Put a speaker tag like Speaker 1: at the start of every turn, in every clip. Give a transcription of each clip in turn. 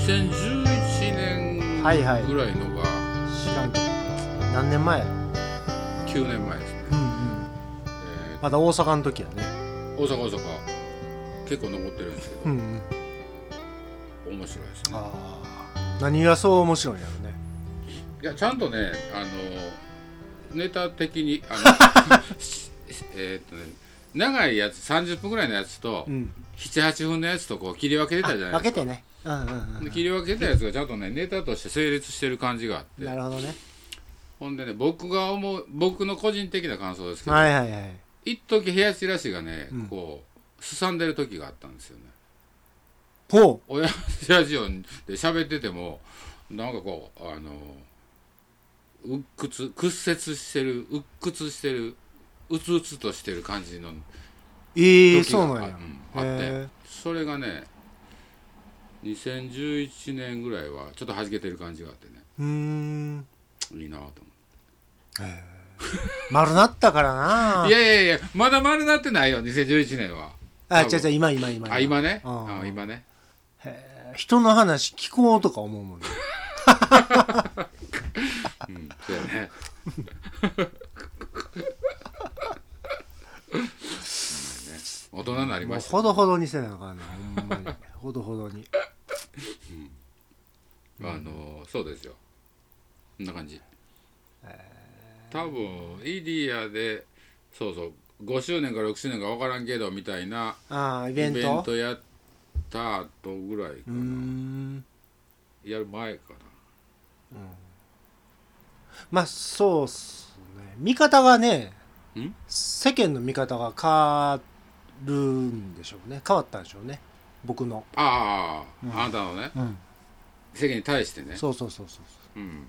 Speaker 1: 2011年
Speaker 2: はいはい
Speaker 1: ぐらいのが
Speaker 2: 知らんけど何年前
Speaker 1: 9年前ですね、
Speaker 2: うんうん
Speaker 1: えー
Speaker 2: まだ大阪の時やね
Speaker 1: 大阪大阪結構残ってるんですけ
Speaker 2: うんうん
Speaker 1: ど面白いですね
Speaker 2: ああ何がそう面白いんやろね
Speaker 1: いやちゃんとねあのネタ的にあの えーっとね長いやつ30分ぐらいのやつと
Speaker 2: うん
Speaker 1: 78分のやつとこう切り分けてたじゃない
Speaker 2: 分
Speaker 1: で
Speaker 2: け
Speaker 1: すか
Speaker 2: てねうんうんう
Speaker 1: で
Speaker 2: ん
Speaker 1: 切り分けてたやつがちゃんとねネタとして成立してる感じがあって
Speaker 2: なるほどね
Speaker 1: ほんでね僕が思う僕の個人的な感想ですけど
Speaker 2: はいはいはい
Speaker 1: 一時部屋チラシがね、
Speaker 2: うん
Speaker 1: こうすさんでる時があったんですよね
Speaker 2: ほ
Speaker 1: 親父ラジオで喋っててもなんかこうあの鬱屈屈折してる鬱屈してるうつうつとしてる感じの
Speaker 2: うええ
Speaker 1: 時
Speaker 2: そう
Speaker 1: が
Speaker 2: な
Speaker 1: あ,
Speaker 2: んや
Speaker 1: うん、あって、
Speaker 2: へ
Speaker 1: それがね2011年ぐらいはちょっと弾けてる感じがあってね
Speaker 2: えうん
Speaker 1: いいなと思って
Speaker 2: 丸なったからない
Speaker 1: やいやいやまだ丸なってないよ2011年は
Speaker 2: あ
Speaker 1: 多
Speaker 2: 違
Speaker 1: 分
Speaker 2: う違う今今今
Speaker 1: あ今ね
Speaker 2: あー
Speaker 1: あ今ね
Speaker 2: 人の話聞こうとか思うもんね
Speaker 1: うんそうやね ほんまにね大人になり
Speaker 2: も
Speaker 1: ま
Speaker 2: う
Speaker 1: した
Speaker 2: ほどほどにせなあかんねほんまにほどほどに
Speaker 1: あのそうですよこんな感じ多分イディアでそうそう5周年か6周年か分からんけどみたいな
Speaker 2: ああイ
Speaker 1: イ
Speaker 2: ベ
Speaker 1: ベ
Speaker 2: ント
Speaker 1: ントやった後ぐらいうか
Speaker 2: ー
Speaker 1: なんやる前か
Speaker 2: まあそうっすね見方がね
Speaker 1: ん
Speaker 2: 世間の見方が変わるんでしょうね変わったんでしょうね僕の、
Speaker 1: なああ、
Speaker 2: うん
Speaker 1: あなたのね世間に対してね
Speaker 2: そうそうそうそう
Speaker 1: うん、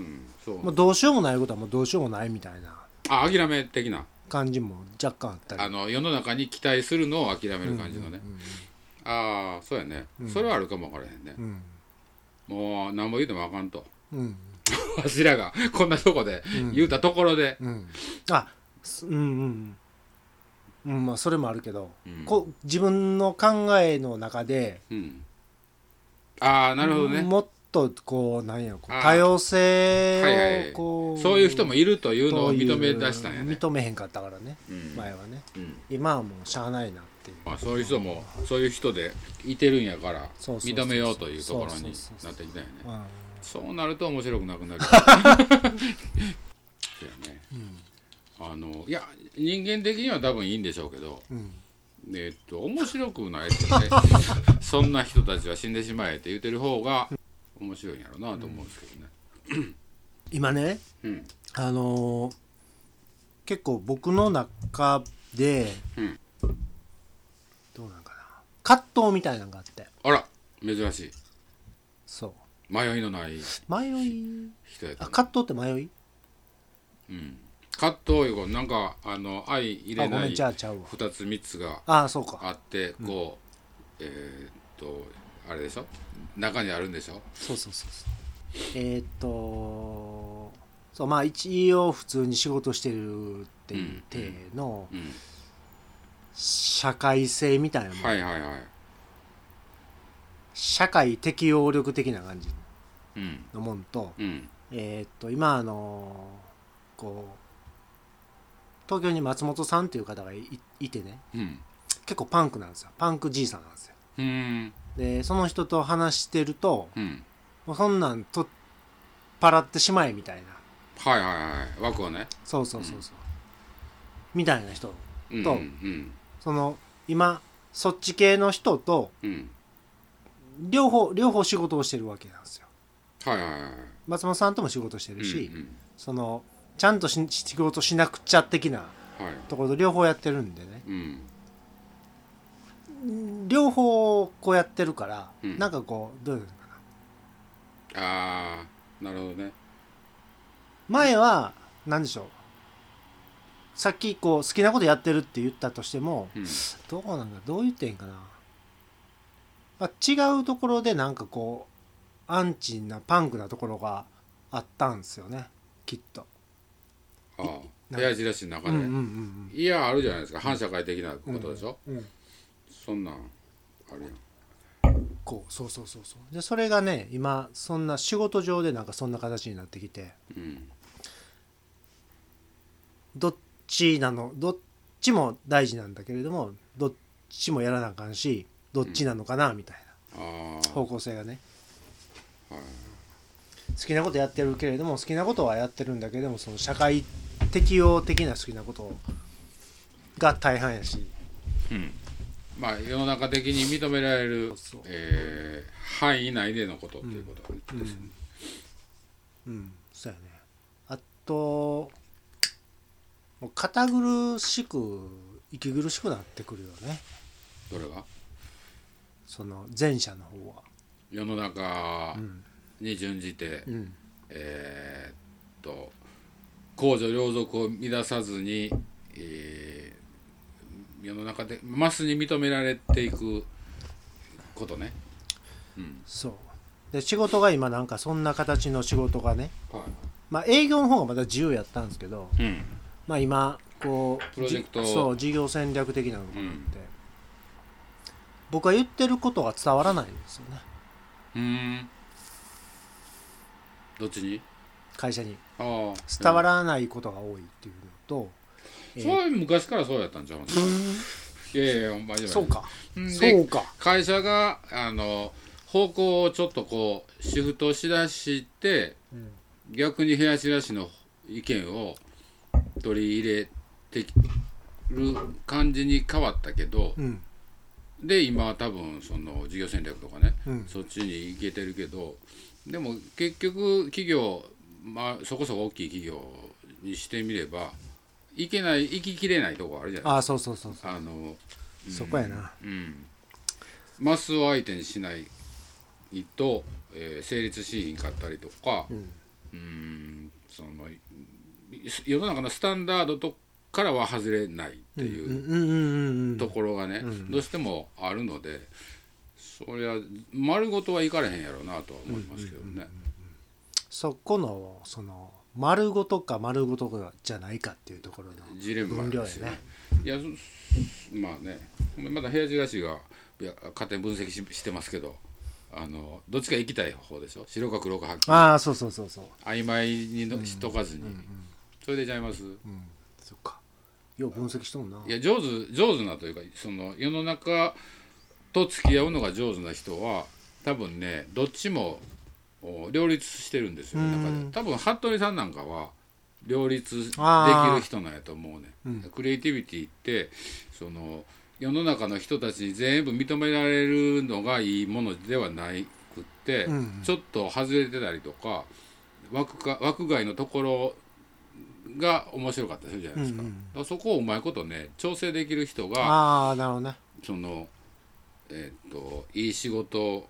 Speaker 1: うん、そう、
Speaker 2: もうどうしようもないことはもうどうしようもないみたいな
Speaker 1: あ諦め的な
Speaker 2: 感じも若干あったり
Speaker 1: あの世の中に期待するのを諦める感じのね、ああそうやね、
Speaker 2: うん
Speaker 1: それはあるかも分からへんね
Speaker 2: う、ん
Speaker 1: もう何も言うてもあかんと
Speaker 2: うんうん
Speaker 1: わしらがこんなとこで
Speaker 2: うん
Speaker 1: 言うたところで、
Speaker 2: うん、あすうんうんうんまあそれもあるけど、
Speaker 1: うん
Speaker 2: こう自分の考えの中で
Speaker 1: うんああなるほどね、
Speaker 2: もっとこうなんやろこ
Speaker 1: あ
Speaker 2: う
Speaker 1: ー
Speaker 2: 多様
Speaker 1: はいはいは
Speaker 2: 性
Speaker 1: い
Speaker 2: をこう、
Speaker 1: そういう人もいるというのを
Speaker 2: という
Speaker 1: 認め出したんやね、
Speaker 2: 認めへんかったからね
Speaker 1: うん
Speaker 2: 前はね
Speaker 1: うん
Speaker 2: 今はもうしゃあないなっていう
Speaker 1: まあ、そういう人もそういう人でいてるんやから
Speaker 2: そうそうそ
Speaker 1: 認
Speaker 2: う
Speaker 1: めようというところに
Speaker 2: そうそうそう
Speaker 1: なってきたんやね
Speaker 2: うん
Speaker 1: そうなると面白くなくな るそうやね、あのいや人間的には多分いいんでしょうけど
Speaker 2: うん
Speaker 1: えっと面白くないですね そんな人たちは死んでしまえって言ってる方が面白いんやろうなと思うんですけどね
Speaker 2: 今ね
Speaker 1: うん
Speaker 2: あのー結構僕の中で、
Speaker 1: うん
Speaker 2: どうなんかな葛藤みたいなのがあって
Speaker 1: あら珍しい
Speaker 2: そう
Speaker 1: 迷いのない
Speaker 2: 迷い
Speaker 1: 人やった
Speaker 2: あ
Speaker 1: ね、
Speaker 2: 葛藤って迷い
Speaker 1: うん、葛藤いうことなんかあの相入
Speaker 2: あ
Speaker 1: れ
Speaker 2: ご
Speaker 1: な
Speaker 2: め
Speaker 1: い
Speaker 2: んちゃ
Speaker 1: 2
Speaker 2: あちゃうわ
Speaker 1: つ3つが
Speaker 2: ああそうか
Speaker 1: あってこう、えーっとあれでしょ中にあるんでしょ
Speaker 2: そうそうそうそうえーっとそうまあ一応普通に仕事してるっていう体の
Speaker 1: うん
Speaker 2: 社会性みたいなもん、
Speaker 1: はいはいはい
Speaker 2: 社会適応力的な感じ
Speaker 1: うん
Speaker 2: のもんと
Speaker 1: うん
Speaker 2: えーっと今あのこう東京に松本さんっていう方がいいてね
Speaker 1: うん
Speaker 2: 結構パンクなんですよパンクじいさんなんですよ
Speaker 1: うん
Speaker 2: でその人と話してると
Speaker 1: うん
Speaker 2: もうそんなん取っ払ってしまえみたいな
Speaker 1: はいはいはい枠をね
Speaker 2: そうそうそうそう、みたいな人
Speaker 1: うん
Speaker 2: と
Speaker 1: うん
Speaker 2: その今そっち系の人と
Speaker 1: うん
Speaker 2: 両方両方仕事をしてるわけなんですよ
Speaker 1: はいはいはい
Speaker 2: 松本さんとも仕事してるし、
Speaker 1: うんうん
Speaker 2: そのちゃんとし仕事しなくちゃ的な
Speaker 1: はい
Speaker 2: ところと両方やってるんでね
Speaker 1: うん
Speaker 2: 両方こうやってるから、
Speaker 1: うん
Speaker 2: なんかこうどういうのかな
Speaker 1: ああなるほどね
Speaker 2: 前は何でしょうさっきこう好きなことやってるって言ったとしても、
Speaker 1: うん
Speaker 2: どうなんだどう言ってんかな、まあ、違うところでなんかこうアンチなパンクなところがあったんですよねきっと、
Speaker 1: ああ
Speaker 2: な
Speaker 1: 部屋じらしの中
Speaker 2: うん
Speaker 1: で、
Speaker 2: うんうん
Speaker 1: いやあるじゃないですか反社会的なことでしょ、
Speaker 2: うんうん
Speaker 1: そんなんあるやん
Speaker 2: 構そうそうそうそうでそれがね今そんな仕事上でなんかそんな形になってきて
Speaker 1: うん
Speaker 2: どっちなのどっちも大事なんだけれどもどっちもやらなあかんしどっちなのかなみたい
Speaker 1: あ
Speaker 2: な
Speaker 1: あ
Speaker 2: 方向性がね
Speaker 1: はい
Speaker 2: 好きなことやってるけれども好きなことはやってるんだけれどもその社会適応的な好きなことが大半やし
Speaker 1: うんまあ世の中的に認められる
Speaker 2: そうそう
Speaker 1: えー範囲内でのことっていうことですね、
Speaker 2: うんそうやねあともう堅苦しく息苦しくなってくるよね
Speaker 1: どれが
Speaker 2: その前者の方は
Speaker 1: 世の中
Speaker 2: ん
Speaker 1: に準じて、
Speaker 2: うん
Speaker 1: えーっと公序良俗を乱さずに、えー世の中でマスに認められていくことね。うん
Speaker 2: そうで仕事が今なんかそんな形の仕事がね
Speaker 1: は
Speaker 2: まあ営業の方がまだ自由やったんですけど
Speaker 1: い、うん
Speaker 2: まあ今こう
Speaker 1: プロジェクト
Speaker 2: じそう事業戦略的なのかなって、
Speaker 1: うん
Speaker 2: 僕は言ってることが伝わらないんですよね
Speaker 1: うーんどっちに
Speaker 2: 会社に
Speaker 1: ああ
Speaker 2: 伝わらないことが多いっていうのと、
Speaker 1: うんそれは昔からそうやったんちゃうんいやいやほんまに
Speaker 2: そうか
Speaker 1: うんで
Speaker 2: そうか
Speaker 1: 会社があの方向をちょっとこうシフトしだして、
Speaker 2: ん
Speaker 1: 逆に林らしの意見を取り入れてきる感じに変わったけど
Speaker 2: う、ん
Speaker 1: で今は多分その事業戦略とかね、
Speaker 2: うん
Speaker 1: そっちに行けてるけどでも結局企業、まあ、そこそこ大きい企業にしてみれば行けない行ききれないとこあるじゃない
Speaker 2: ああそうそうそうそ
Speaker 1: あの
Speaker 2: う、そこやな
Speaker 1: うん、マスを相手にしないと、えー成立しひんかったりとか、う
Speaker 2: うん
Speaker 1: ーんそのい世の中のスタンダードとからは外れないって
Speaker 2: う
Speaker 1: い
Speaker 2: ん
Speaker 1: う
Speaker 2: うんうんうんう
Speaker 1: と
Speaker 2: ん
Speaker 1: ころがね、どうしてもあるのでそりゃ丸ごとはいかれへんやろうなとは思いますけどね。
Speaker 2: そこのその丸ごとか丸ごとかじゃないかっていうところの
Speaker 1: ジレンマですよね。いや、そまあね、まだ平地らしが、いや、勝手に分析ししてますけど。あの、どっちか行きたい方でしょ白か黒かはっきり
Speaker 2: ああそうそうそうそう
Speaker 1: 曖昧にのしとかずに、それでちゃいます。
Speaker 2: うんそっかよう分析しとんない
Speaker 1: や、上手、上手なというか、その世の中。と付き合うのが上手な人は、多分ね、どっちも。お両立してるんですよ、中で。多分服部さんなんかは。両立でき
Speaker 2: あー
Speaker 1: る人なんやと思うね、クリエイティビティってその世の中の人たちに全部認められるのがいいものではないくって、
Speaker 2: うんうん
Speaker 1: ちょっと外れてたりとか枠か枠外のところが面白かったりするじゃないですか,、
Speaker 2: うんうん
Speaker 1: だからそこをうまいことね調整できる人が
Speaker 2: ああなるほどね
Speaker 1: そのえーっといい仕事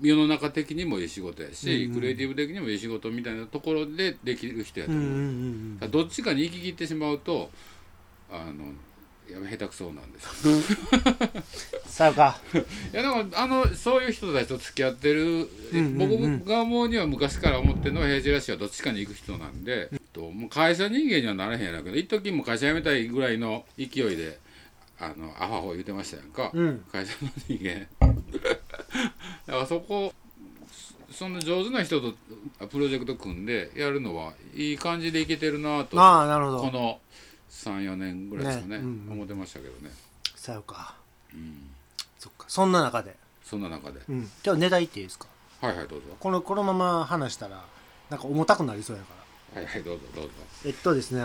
Speaker 1: 世の中的にもいい仕事やし、
Speaker 2: うんうん
Speaker 1: クリエイティブ的にもいい仕事みたいなところでできる人やと
Speaker 2: うん
Speaker 1: 思
Speaker 2: う
Speaker 1: う、
Speaker 2: ん
Speaker 1: だからどっちかに行き切ってしまうとあのやめ下手くそなんですよ
Speaker 2: うんうんさよか
Speaker 1: いやでもあのそういう人たちと付き合ってる、
Speaker 2: うんうんうん
Speaker 1: 僕が思うには昔から思ってるのは平地らしいはどっちかに行く人なんで、ともう会社人間にはならへんやろうけど一時もう会社辞めたいぐらいの勢いであのアホアホ言うてましたやんか、
Speaker 2: うん
Speaker 1: 会社の人間 だからそこそその上手な人とあプロジェクト組んでやるのはいい感じでいけてるなと
Speaker 2: ああなるほ
Speaker 1: こ
Speaker 2: ど
Speaker 1: の34年ぐらいですかね
Speaker 2: ねうんうん
Speaker 1: 思ってましたけどね、
Speaker 2: さよか
Speaker 1: うん、
Speaker 2: そっかそんな中で
Speaker 1: そんな中で
Speaker 2: うんじゃあネタ言っていいですか
Speaker 1: はいはいどうぞ
Speaker 2: このこのまま話したらなんか重たくなりそうやから
Speaker 1: はいはいどうぞどうぞ
Speaker 2: えっとですねう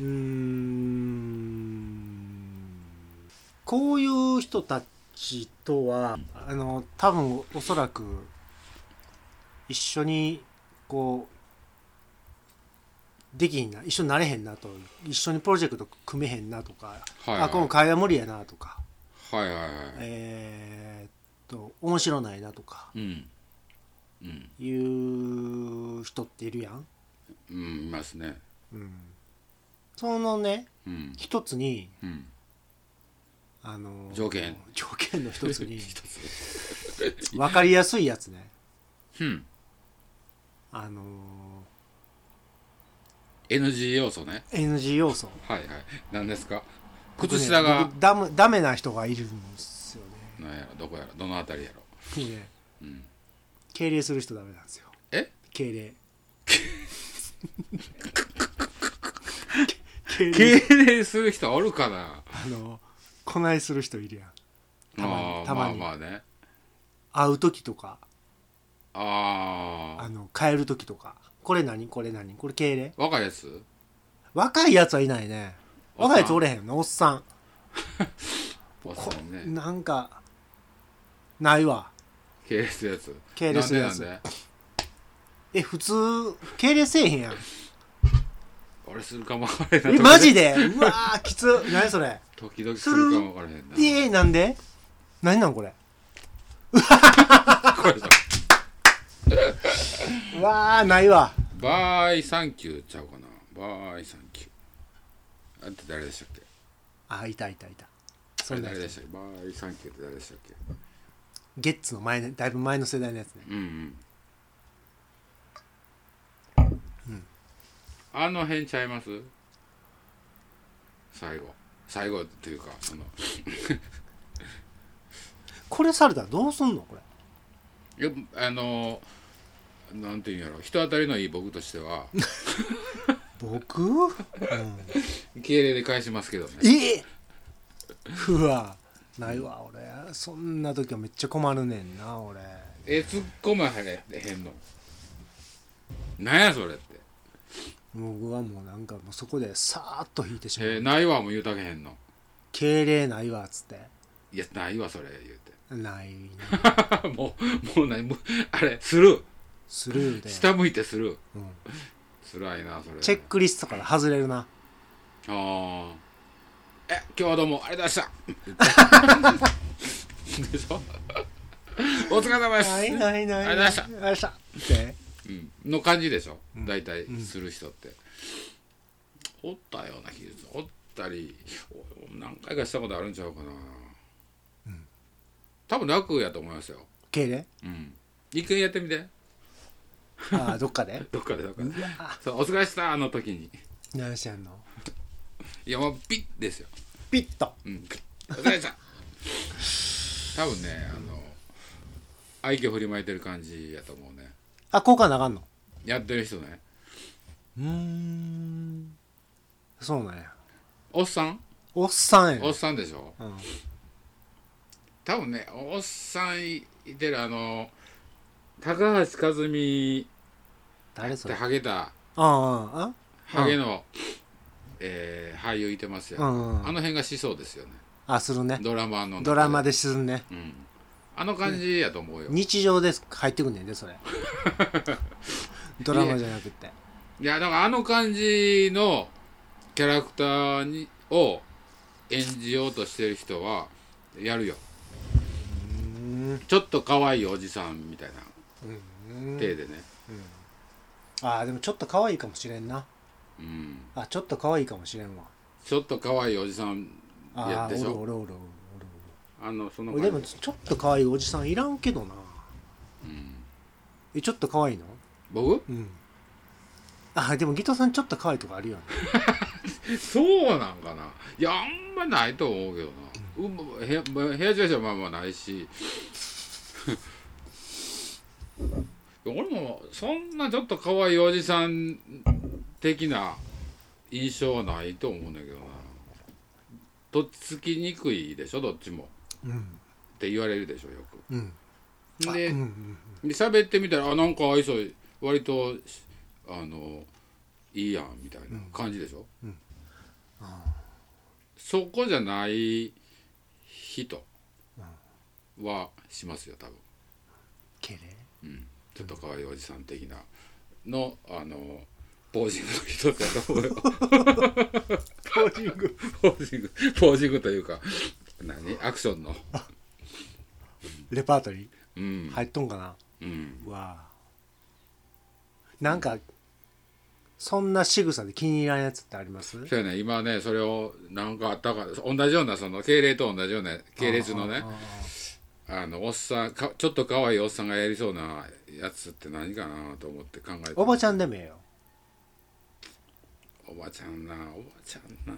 Speaker 2: ーんこういう人たちとはあの多分おそらく一緒にこうできへんな一緒になれへんなと一緒にプロジェクト組めへんなとか、
Speaker 1: はいはい
Speaker 2: あこの会話無理やなとか
Speaker 1: はいはいはい、
Speaker 2: えーっと面白ないなとか
Speaker 1: うんうん
Speaker 2: いう人っているやん。
Speaker 1: うんいますね
Speaker 2: うん、そのね
Speaker 1: うん
Speaker 2: 一つに
Speaker 1: うん
Speaker 2: あの
Speaker 1: 条件
Speaker 2: 条件の一つに
Speaker 1: 一つ
Speaker 2: 分かりやすいやつね
Speaker 1: うん
Speaker 2: あの
Speaker 1: NG 要素ね
Speaker 2: NG 要素
Speaker 1: はいはい何ですか靴下
Speaker 2: 僕ね
Speaker 1: が
Speaker 2: 僕ダメダメな人がいるんですよね
Speaker 1: 何やろどこやろどの辺りやろ
Speaker 2: いいね
Speaker 1: うん
Speaker 2: 敬礼する人ダメなんですよ
Speaker 1: え
Speaker 2: 敬 礼敬礼
Speaker 1: 敬礼する人おるかな
Speaker 2: あのこないする人いるやんたまに
Speaker 1: あー
Speaker 2: たまに
Speaker 1: まあまあね
Speaker 2: 会う時とか
Speaker 1: あ
Speaker 2: あの帰る時とかこれ何これ何これ敬礼
Speaker 1: あ若いやつ
Speaker 2: 若いやつはいないね
Speaker 1: おっさん
Speaker 2: 若いやつおれへんのおっさん
Speaker 1: おっさんね
Speaker 2: なんかないわ
Speaker 1: 敬礼するやつ
Speaker 2: 敬礼するや
Speaker 1: なん
Speaker 2: つ
Speaker 1: でなんで
Speaker 2: え普通敬礼せえ へんやん
Speaker 1: 俺するかも分からへん
Speaker 2: え
Speaker 1: な
Speaker 2: マジでうわーきつ何それ
Speaker 1: 時々するかも分からへんな
Speaker 2: えー、なんで何なんこれ
Speaker 1: これさ
Speaker 2: うわーないわ
Speaker 1: バイサンキューちゃうかなバイサンキューあんた誰でしたっけ
Speaker 2: あいたいたいた
Speaker 1: そ
Speaker 2: そ
Speaker 1: れ
Speaker 2: んな
Speaker 1: 誰
Speaker 2: 人
Speaker 1: でしたっけバイサンキューって誰でしたっけ
Speaker 2: ゲッツの前ねだいぶ前の世代のやつね
Speaker 1: うんうんあの辺ちゃいます最後最後っていうかその
Speaker 2: これされたらどうすんのこれ
Speaker 1: よあのなんていうんやろ人当たりのいい僕として は
Speaker 2: 僕、うん、
Speaker 1: 敬礼で返しますけどね
Speaker 2: えー、うわないわ俺そんな時はめっちゃ困るねんな俺
Speaker 1: え突っ込まへんのなんやそれって
Speaker 2: 僕はもうなんかもうそこでさーっと引いてしまう、
Speaker 1: えーないわも言うたけへんの
Speaker 2: 敬礼ないわっつって
Speaker 1: いやないわそれ言うて
Speaker 2: ないね
Speaker 1: もうもうないもうあれする
Speaker 2: スル ーで、
Speaker 1: 下向いてする
Speaker 2: うん
Speaker 1: 辛いなそれ
Speaker 2: チェックリストから外れるな
Speaker 1: ああえ今日はどうもありがとうございましたでしょお疲れ様です
Speaker 2: ないないない
Speaker 1: ありが
Speaker 2: ない
Speaker 1: とう
Speaker 2: ありがとうございましたって
Speaker 1: うんの感じでしょ大体する人って、おったような技術おったりお何回かしたことあるんちゃうかな、多分楽やと思いますよ
Speaker 2: 敬礼
Speaker 1: うん一回やってみて
Speaker 2: ああどっかで
Speaker 1: どっかでどっかでそうお疲れっしたあの時に
Speaker 2: 何してんの
Speaker 1: いやもうピッですよ
Speaker 2: ピッと
Speaker 1: うんお疲れっした 多分ねあの愛嬌振りまいてる感じやと思うね
Speaker 2: あ効果なあかんの
Speaker 1: やってる人ね
Speaker 2: うーんそうなんや
Speaker 1: おっさん
Speaker 2: おっさんや
Speaker 1: お
Speaker 2: ね
Speaker 1: っさんでしょ、
Speaker 2: うん
Speaker 1: 多分ねおっさんいてるあの高橋和美
Speaker 2: 誰そ
Speaker 1: って
Speaker 2: れあ
Speaker 1: ハゲた
Speaker 2: あ
Speaker 1: ハゲの、えー俳優いてますよ、
Speaker 2: ああうんうん
Speaker 1: あの辺がしそうですよね
Speaker 2: あするね
Speaker 1: ドラマの中
Speaker 2: ドラマで沈んね
Speaker 1: うん、あの感じやと思うよ、い
Speaker 2: 日常です入ってくんねんで それドラマじゃなくて
Speaker 1: やだからあの感じのキャラクターにを演じようとしてる人はやるよ
Speaker 2: うん
Speaker 1: ちょっと可愛いおじさんみたいな
Speaker 2: うん
Speaker 1: 体でね
Speaker 2: ああでもちょっと可愛いかもしれんな
Speaker 1: うん
Speaker 2: あちょっと可愛いかもしれんわ
Speaker 1: ちょっと可愛いおじさんや
Speaker 2: ああ
Speaker 1: で
Speaker 2: お
Speaker 1: し
Speaker 2: る
Speaker 1: ょ
Speaker 2: おるおるおる
Speaker 1: あのその
Speaker 2: おる
Speaker 1: 感
Speaker 2: で
Speaker 1: じ
Speaker 2: もちょっと可愛いおじさんいらんけどな
Speaker 1: うん
Speaker 2: えちょっと可愛いの
Speaker 1: 僕
Speaker 2: うんあでもギトさんちょっと可愛いとかあるよね
Speaker 1: そうなんかないやあんまないと思うけどな、うん、部屋部屋住所はまあまあないし 俺もそんなちょっと可愛いおじさん的な印象はないと思うんだけどなとっつきにくいでしょどっちも
Speaker 2: う
Speaker 1: っ
Speaker 2: ん
Speaker 1: て言われるでしょよ
Speaker 2: うん
Speaker 1: く
Speaker 2: あ
Speaker 1: で
Speaker 2: うんうん
Speaker 1: で喋ってみたらあなんか愛想割とあのいいやんみたいな感じでしょ、
Speaker 2: うん
Speaker 1: そこじゃない人はしますよ多分
Speaker 2: けれ
Speaker 1: ちょっと可愛いおじさん的なのあのポージングの一つだと思うよ
Speaker 2: ポージング
Speaker 1: ポージングポージングというか何アクションの
Speaker 2: レパートリ
Speaker 1: うん、
Speaker 2: ー入っとんかな
Speaker 1: うん
Speaker 2: うわあなんかそんな仕草で気に入らんやつってあります
Speaker 1: そうやね今ねそれをなんかあったか同じようなその敬礼と同じような系列のね
Speaker 2: あああ
Speaker 1: あのおっさんかちょっと可愛いおっさんがやりそうなやつって何かなと思って考えて
Speaker 2: おばちゃんでもええよ
Speaker 1: おばちゃんなおばちゃんな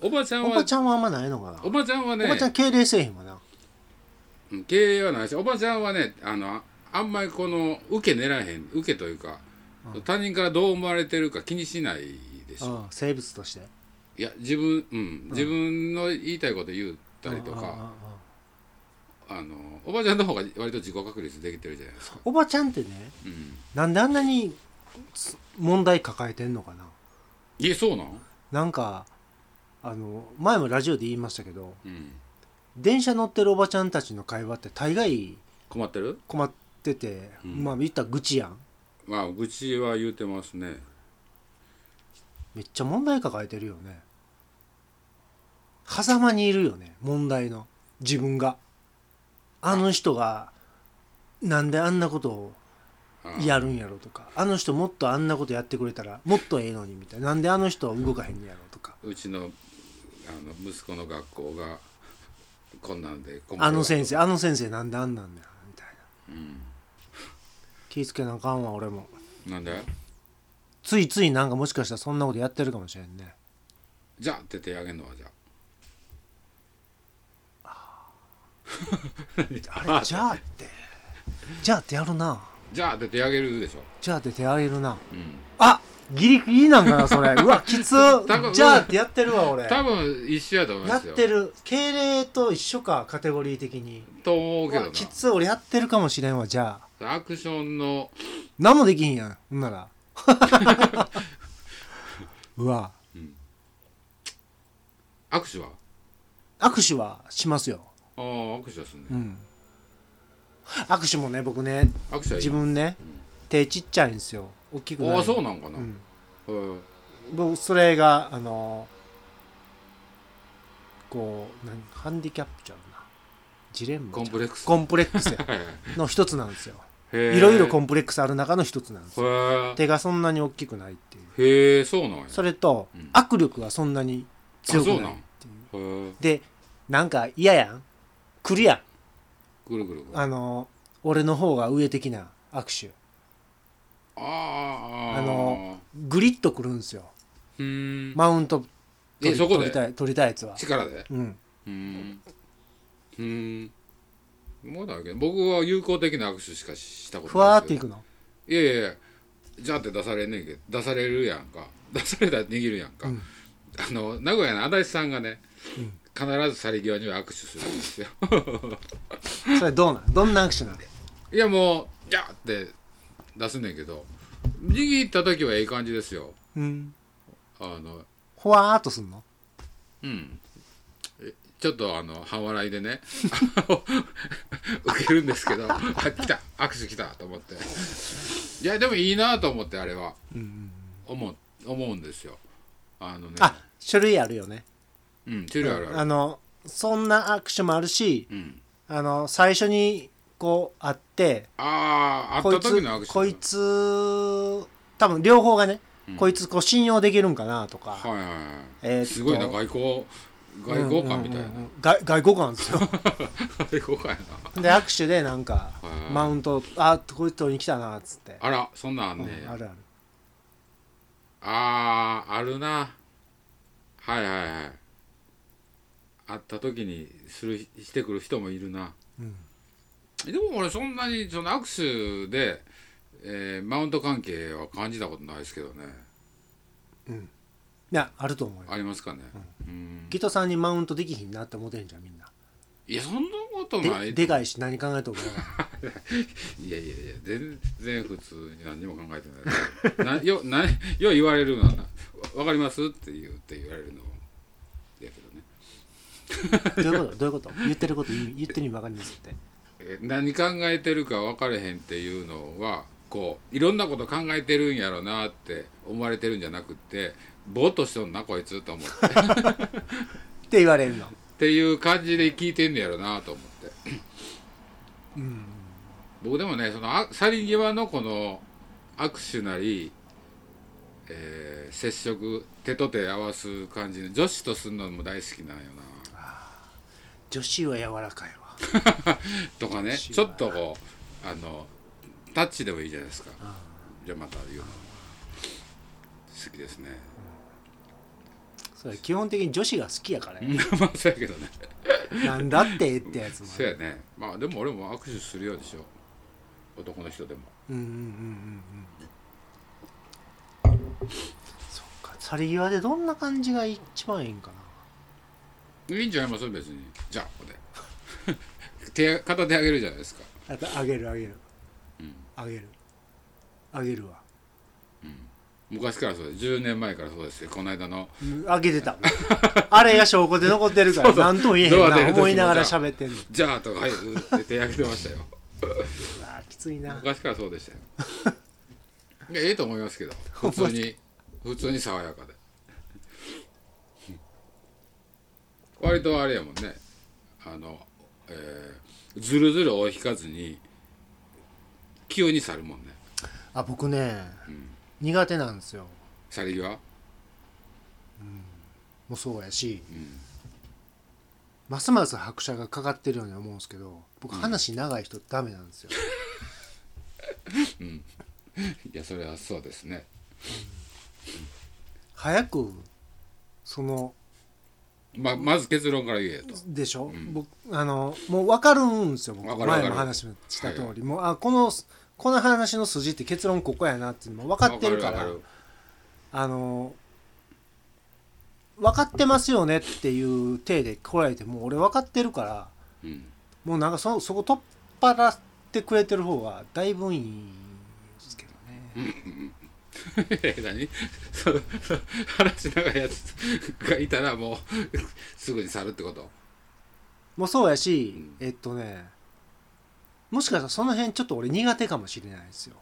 Speaker 1: おばちゃん
Speaker 2: お
Speaker 1: は
Speaker 2: ばちゃんはあんまないのかな
Speaker 1: おばちゃんはね
Speaker 2: おばちゃん敬礼せえへんわな
Speaker 1: うん経営はないしおばちゃんはねあのあんまりこの受け狙えへん受けというか、
Speaker 2: うん
Speaker 1: 他人からどう思われてるか気にしないでしょ、
Speaker 2: うん、生物として
Speaker 1: いや自分、うん、自分の言いたいこと言ったりと
Speaker 2: うんうんうん
Speaker 1: か、
Speaker 2: うん
Speaker 1: あのおばちゃんの方が割と自己確立できてるじゃないですか、
Speaker 2: おばちゃんってね
Speaker 1: うん、
Speaker 2: なんであんなにつ問題抱えてんのかない
Speaker 1: やそうなん、
Speaker 2: なんかあの前もラジオで言いましたけど
Speaker 1: うん、
Speaker 2: 電車乗ってるおばちゃんたちの会話って大概
Speaker 1: 困ってる
Speaker 2: 困ってて、
Speaker 1: うん
Speaker 2: まあ言ったら愚痴やん
Speaker 1: まあ愚痴は言うてますね
Speaker 2: めっちゃ問題抱えてるよね狭間にいるよね問題の自分があの人がなんであんなことを
Speaker 1: あ
Speaker 2: やるんやろとかあの人もっとあんなことやってくれたらもっとええのにみたいななんであの人は動かへんのやろとか
Speaker 1: うちのあの息子の学校がこんなんで
Speaker 2: あの先生
Speaker 1: あ
Speaker 2: あの先生なんであんなんだよみたいな気ぃつけなあかんわ俺も
Speaker 1: なんで
Speaker 2: ついついなんかもしかしたらそんなことやってるかもしれんね
Speaker 1: じゃあって手あげんのはじゃあ
Speaker 2: あれじゃあってじゃあってやるな
Speaker 1: じゃあって手あげるでしょ、
Speaker 2: じゃあって手あげるな
Speaker 1: うん、
Speaker 2: あギリギリなんかなそ れうわきつ
Speaker 1: 分
Speaker 2: じゃあってやってるわ俺
Speaker 1: 多分一緒やと思い
Speaker 2: や
Speaker 1: ま
Speaker 2: っ
Speaker 1: すよ
Speaker 2: てる敬礼と一緒かカテゴリー的に
Speaker 1: と思う
Speaker 2: う
Speaker 1: けど
Speaker 2: わ
Speaker 1: な
Speaker 2: きつ俺やってるかもしれんわじゃあ
Speaker 1: アクションの
Speaker 2: 何もできひんやんほん なら うわ
Speaker 1: 握手は
Speaker 2: 握手はしますよ、
Speaker 1: ああ握手はすんね、
Speaker 2: うん、握手もね僕ね
Speaker 1: 握手はいい
Speaker 2: 自分ね手ちっちゃいんですよ大きくない
Speaker 1: ああそうなんかな、
Speaker 2: うん、
Speaker 1: うん
Speaker 2: 僕それがあのこう何ハンディキャップちゃうなジレンマちゃ
Speaker 1: コ
Speaker 2: う
Speaker 1: ンプレックス
Speaker 2: コンプレックスや
Speaker 1: はい
Speaker 2: の一つなんですよ
Speaker 1: へえ
Speaker 2: いろいろコンプレックスある中の一つなんですよ
Speaker 1: へえ
Speaker 2: 手がそんなに大きくないっていう
Speaker 1: へえそうなんや
Speaker 2: それと、
Speaker 1: うん
Speaker 2: 握力がそんなに強くない
Speaker 1: あそうなん
Speaker 2: ってい
Speaker 1: へ
Speaker 2: う
Speaker 1: え
Speaker 2: でなんか嫌やん来るやん
Speaker 1: ぐるぐるぐるあ
Speaker 2: あの俺の方が上的な握手
Speaker 1: あああ
Speaker 2: あのグリッとくるんですよ
Speaker 1: うーん、
Speaker 2: マウント取
Speaker 1: え
Speaker 2: り
Speaker 1: そこ
Speaker 2: 取
Speaker 1: で
Speaker 2: りたい取りたいやつは
Speaker 1: 力で
Speaker 2: うん
Speaker 1: うーんうーんもうだけど僕は友好的な握手しかしたこと
Speaker 2: ふわ
Speaker 1: ない
Speaker 2: ーっ
Speaker 1: です
Speaker 2: てい
Speaker 1: けど
Speaker 2: くの
Speaker 1: いやいやいやじゃあって出されんねんけど出されるやんか 出されたら握るやんか、
Speaker 2: うん
Speaker 1: あの名古屋の足立さんがね、必ず去り際には握手するんですよ
Speaker 2: それどうなんどんな握手なん
Speaker 1: いやもうじゃあって出すねんけど握った時はええ感じですよ
Speaker 2: うん
Speaker 1: あの
Speaker 2: ふわーっとすんの
Speaker 1: うんえちょっとあの半笑いでね あの受けるんですけどあ来た握手来たと思っていやでもいいなと思ってあれは
Speaker 2: うんうんうん
Speaker 1: 思う思うんですよあのね
Speaker 2: あ種類あるよね
Speaker 1: うん種類あるある
Speaker 2: あのそんな握手もあるし
Speaker 1: うん、
Speaker 2: あの最初にこう会って
Speaker 1: ああ
Speaker 2: こ
Speaker 1: 会
Speaker 2: い
Speaker 1: った時の握
Speaker 2: つ
Speaker 1: 手
Speaker 2: こいつ多分両方がね、
Speaker 1: うん
Speaker 2: こいつこう信用できるんかなとか、
Speaker 1: はいはいはい、
Speaker 2: えーっと
Speaker 1: すごいな外交外交官みたいな、
Speaker 2: うんうんうんうん外外交官ですよ
Speaker 1: 外交官やな
Speaker 2: で握手でなんか
Speaker 1: はい
Speaker 2: マウントあこいつ取りに来たなっつって
Speaker 1: あらそんなんあんね
Speaker 2: うん
Speaker 1: や、
Speaker 2: あるある
Speaker 1: あーあるなはいはいはい会った時にするしてくる人もいるな
Speaker 2: うん
Speaker 1: でも俺そんなにその握手で、えーマウント関係は感じたことないですけどね
Speaker 2: いやあると思うよ
Speaker 1: ありますかねうん
Speaker 2: ギトさんにマウントできひんなって思ってんじゃんみんない
Speaker 1: やそんなことな
Speaker 2: で
Speaker 1: い
Speaker 2: でかいし何考えとるか分からん
Speaker 1: いやいやいや全然普通に何にも考えてないなよなよう言われるのはな「わかります?」って言うって言われるのやけどね
Speaker 2: どういうことどういうこと言ってること言う言ってる意味分かりますって
Speaker 1: え何考えてるか分かれへんっていうのはこういろんなこと考えてるんやろなって思われてるんじゃなくってぼーっとしとんなこいつと思ってっ
Speaker 2: って言われるの
Speaker 1: ていう感じで聞いてんのやろなと思って
Speaker 2: うん
Speaker 1: 僕でもねそのあ去り際のこの握手なり、えー接触手と手合わす感じの女子とするのも大好きなんよな
Speaker 2: 女子は柔らかいわ
Speaker 1: とかねちょっとこうあのタッチでもいいじゃないですかじゃあまた言うの好きですね
Speaker 2: それ基本的に女子が好きやからね
Speaker 1: まあそうやけどね
Speaker 2: なんだってってやつもあ
Speaker 1: そ
Speaker 2: る
Speaker 1: やねまあでも俺も握手するようでしょ男の人でも
Speaker 2: うんうんうんうんうんそっか去り際でどんな感じが一番いいんか
Speaker 1: いいんちゃいます別にじゃあこれ 手片手あげるじゃないですか
Speaker 2: なあとあげるあげる
Speaker 1: うん
Speaker 2: あげるあげるわ
Speaker 1: 昔からそうです10年前からそうですよこの間の
Speaker 2: うんあげてたあれが証拠で残っ てるから何とも言えへん
Speaker 1: ドア出る
Speaker 2: な
Speaker 1: 時も
Speaker 2: 思いながら喋ってんの
Speaker 1: 「じゃあ」とか「はい」って手あげてましたよ
Speaker 2: うわきついな
Speaker 1: 昔からそうでしたよいやええと思いますけど普通に普通に爽やかで割とあれやもんねあのえー、ずるずる追い引かずに急に去るもんね
Speaker 2: あ僕ね、
Speaker 1: ん
Speaker 2: 苦手なんですよ
Speaker 1: 去り際
Speaker 2: もそうやし
Speaker 1: うん
Speaker 2: ますます拍車がかかってるように思うんですけど僕話長い人ダメなんですよ、
Speaker 1: いやそれはそうですね
Speaker 2: 早くその
Speaker 1: ままず結論から言えと
Speaker 2: でしょ、僕あのもう分かるんですよ僕
Speaker 1: わかるわか
Speaker 2: 前
Speaker 1: る
Speaker 2: も話もした通り、
Speaker 1: は
Speaker 2: もうあこのこの話の筋って結論ここやなっていうのも分かってるから
Speaker 1: わる
Speaker 2: あの分かってますよねっていう体で来られてもう俺分かってるから
Speaker 1: うん
Speaker 2: もうなんかそそこ取っ払ってくれてる方がだいぶいいんですけどね。
Speaker 1: え何 そそ話し長いやつがいたらもうすぐに去るってこと
Speaker 2: もうそうやし、
Speaker 1: う
Speaker 2: えっとねもしかしたらその辺ちょっと俺苦手かもしれないですよ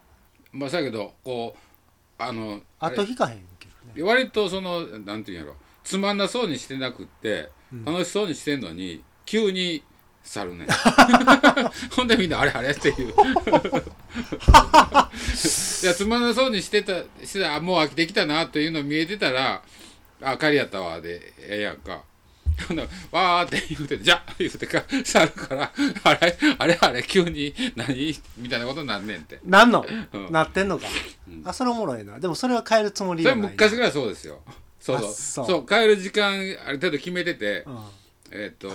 Speaker 1: まあだけどこうあのあれ
Speaker 2: 後引かへんけどね
Speaker 1: 割とそのなんていうんやろつまんなそうにしてなくって、
Speaker 2: うん
Speaker 1: 楽しそうにしてんのに急に去るね ほんでみんなあれあれっていういやつまんなそうにしてたしてたあもう飽きてきたなというの見えてたら「あかりやったわ」でええやんか。ほんならわーって言うて、じゃあ言うてか、去るから、あれあれあれ急に何みたいなことになんねんって。
Speaker 2: なんの、
Speaker 1: うん
Speaker 2: なってんのか、あそれおもろいなでもそれは変えるつもり
Speaker 1: そ
Speaker 2: は
Speaker 1: れ
Speaker 2: ないな
Speaker 1: 昔からそうですよ。そうそう
Speaker 2: あそう
Speaker 1: そう帰る時間ある程度決めてて、
Speaker 2: うん、
Speaker 1: えーっと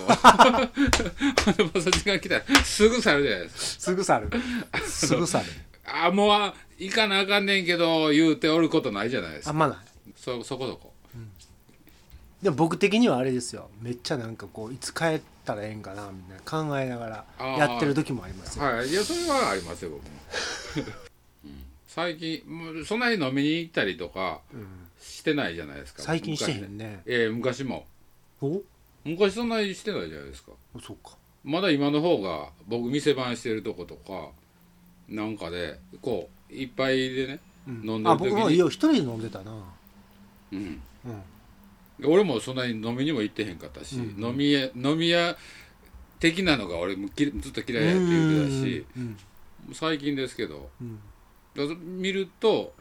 Speaker 1: ほんでもうその時間来たらすぐ去るじゃないですか
Speaker 2: すぐ去るすぐ去 る
Speaker 1: あもうあ行かなあかんねんけど言うておることないじゃないです
Speaker 2: あ
Speaker 1: か
Speaker 2: んまない
Speaker 1: そそこそこ
Speaker 2: でも僕的にはあれですよめっちゃなんかこういつ帰ったらええんかなみたいな考えながら
Speaker 1: あー
Speaker 2: やってる時もありますよ
Speaker 1: はいいやそれはありますよ 僕も、うん最近もうそんなに飲みに行ったりとかしてないじゃないですか
Speaker 2: 最近してへん
Speaker 1: 昔
Speaker 2: ね
Speaker 1: ねええ昔も
Speaker 2: お
Speaker 1: 昔そんなにしてないじゃないですか
Speaker 2: そうか
Speaker 1: まだ今の方が僕店番してるとことかなんかでこういっぱいでね、飲んで
Speaker 2: あ
Speaker 1: る時
Speaker 2: 僕もい
Speaker 1: に、
Speaker 2: や一人で飲んでたな
Speaker 1: うん、
Speaker 2: うん
Speaker 1: 俺もそんなに飲みにも行ってへんかったし、
Speaker 2: うん
Speaker 1: 飲み屋飲み屋的なのが俺もきずっと嫌いやって言ってたし
Speaker 2: うんうん
Speaker 1: 最近ですけど
Speaker 2: うん
Speaker 1: だから見ると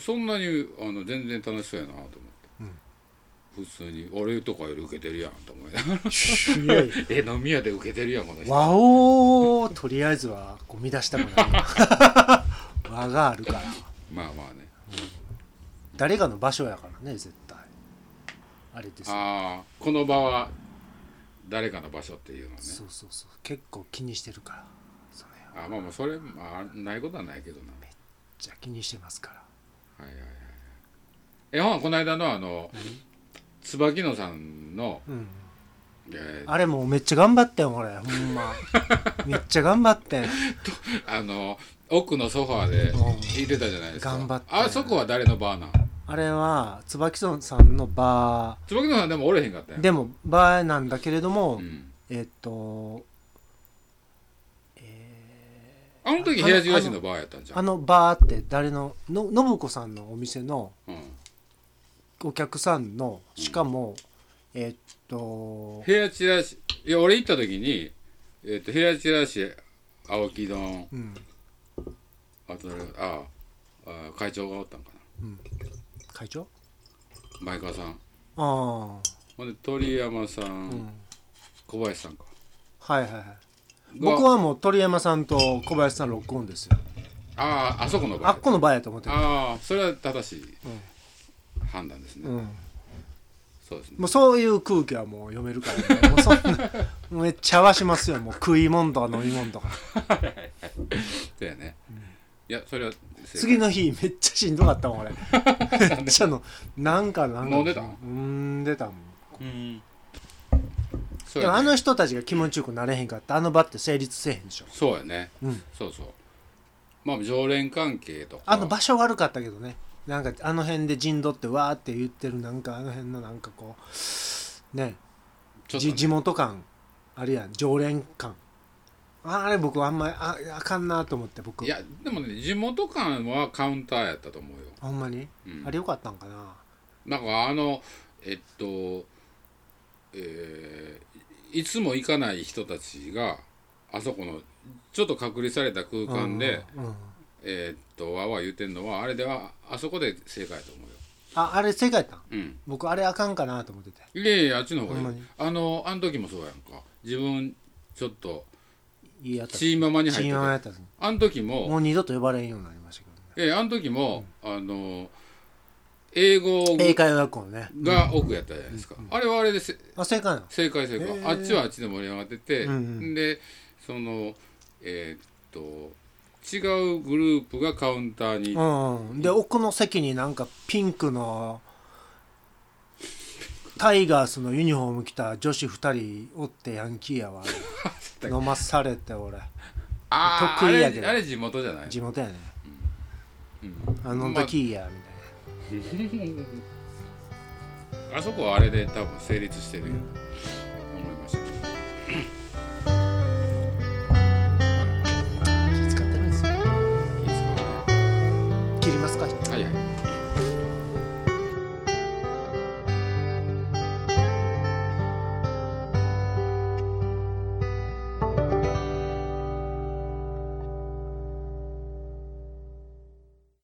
Speaker 1: そんなにあの全然楽しそうやなと思って、普通に俺とかより受けてるやんと思いながら
Speaker 2: う んいやいや
Speaker 1: え飲み屋で受けてるやんこの人
Speaker 2: 和をとりあえずはこう乱したくな いな和があるから
Speaker 1: まあまあね
Speaker 2: 誰かの場所やからね絶対あれですよ
Speaker 1: ああこの場は誰かの場所っていうのはね
Speaker 2: そうそうそう結構気にしてるからそれは
Speaker 1: あまあまあそれ、まあ、ないことはないけどな
Speaker 2: じゃあ気にしてますから
Speaker 1: はいはいはいはいえほんこの間のあの椿野さんの、
Speaker 2: うん
Speaker 1: えー
Speaker 2: あれもうめっちゃ頑張ってん俺ほ んまめっちゃ頑張ってん
Speaker 1: あの奥のソファーでいてたじゃないですか
Speaker 2: 頑張って
Speaker 1: あそこは誰のバーなん
Speaker 2: あれは椿園さんのバ
Speaker 1: 椿野さんでもおれへんかったや
Speaker 2: ー
Speaker 1: ん
Speaker 2: でもバーなんだけれども、
Speaker 1: うん、
Speaker 2: えっと
Speaker 1: あの時平地東のバーやったんじゃ
Speaker 2: あ
Speaker 1: ん
Speaker 2: のバーって誰のの信子さんのお店の
Speaker 1: うん
Speaker 2: お客さんのしかも、えっと
Speaker 1: 平地東いや俺行った時に、えっと平地東青木丼
Speaker 2: うん
Speaker 1: あと誰ああ会長がおったんか
Speaker 2: 会長
Speaker 1: な前川さん
Speaker 2: ああ
Speaker 1: ほんで鳥山さん、
Speaker 2: うん
Speaker 1: 小林さんか
Speaker 2: はいはいはい僕はもう鳥山さんと小林さんロックオンですよ
Speaker 1: あああそこの場
Speaker 2: あ
Speaker 1: 合
Speaker 2: っこの場やと思ってる
Speaker 1: ああそれは正しい判断ですね、
Speaker 2: うん
Speaker 1: そうですね
Speaker 2: もうそういう空気はもう読めるから、ね、もうそんな めっちゃ合わしますよもう食い物とか飲み物と か
Speaker 1: そうやね、いやそれは正解
Speaker 2: 次の日めっちゃしんどかったもん 俺めっ ちゃのなんかなんか
Speaker 1: 飲んでたん
Speaker 2: うんでたもん
Speaker 1: うんそう
Speaker 2: で
Speaker 1: や
Speaker 2: も
Speaker 1: ね
Speaker 2: あの人たちが気持ちよくなれへんかったあの場って成立せえへんでしょ
Speaker 1: そうやね、
Speaker 2: うん
Speaker 1: そうそうまあ常連関係とか
Speaker 2: あの場所悪かったけどねなんかあの辺で陣取ってわーって言ってるなんかあの辺のなんかこうね
Speaker 1: ちょっと
Speaker 2: じ
Speaker 1: ね
Speaker 2: 地元感あるいは常連感ああれ僕あんまりああかんなと思って僕
Speaker 1: いやでもね地元感はカウンターやったと思うよ、
Speaker 2: ほんまに、
Speaker 1: うん
Speaker 2: あれよかったんかな
Speaker 1: なんかあのえっとえーいつも行かない人たちがあそこのちょっと隔離された空間で、
Speaker 2: うんうん
Speaker 1: えーっとわーわー言うてんのはあれではあそこで正解やと思うよ
Speaker 2: ああれ正解やったん
Speaker 1: うん
Speaker 2: 僕あれあかんかなと思ってて
Speaker 1: いやいやあっちの方
Speaker 2: ほ
Speaker 1: が
Speaker 2: ん
Speaker 1: い
Speaker 2: ま
Speaker 1: い
Speaker 2: に
Speaker 1: あのあの時もそうやんか自分ちょっと
Speaker 2: いいやった
Speaker 1: チーママに
Speaker 2: チ
Speaker 1: 入っ
Speaker 2: ームマンや
Speaker 1: てて
Speaker 2: ったんです
Speaker 1: あの時も
Speaker 2: もう二度と呼ばれんようになりましたけど
Speaker 1: え
Speaker 2: ね
Speaker 1: えあの時も、あの英語
Speaker 2: 英会話学校のね
Speaker 1: が奥やったじゃないですか、あれはあれでせ
Speaker 2: あ正解なの
Speaker 1: 正解正解、
Speaker 2: へえ
Speaker 1: あっちはあっちで盛り上がってて、
Speaker 2: うんうん
Speaker 1: でそのえーっと違うグループがカウンターに、
Speaker 2: うんうん、で奥の席になんかピンクのタイガースのユニフォーム着た女子2人おってヤンキーや わあれ飲まされて俺
Speaker 1: あー
Speaker 2: 得意や
Speaker 1: あ
Speaker 2: け
Speaker 1: れ
Speaker 2: ど
Speaker 1: あれ地元じゃない
Speaker 2: 地元やね
Speaker 1: うん
Speaker 2: あの時やみたい
Speaker 1: あそこはあれで多分成立してるよ、思いましたね
Speaker 2: な、気使ってるんです
Speaker 1: い
Speaker 2: よ
Speaker 1: いですかね
Speaker 2: 切りますか
Speaker 1: はいはい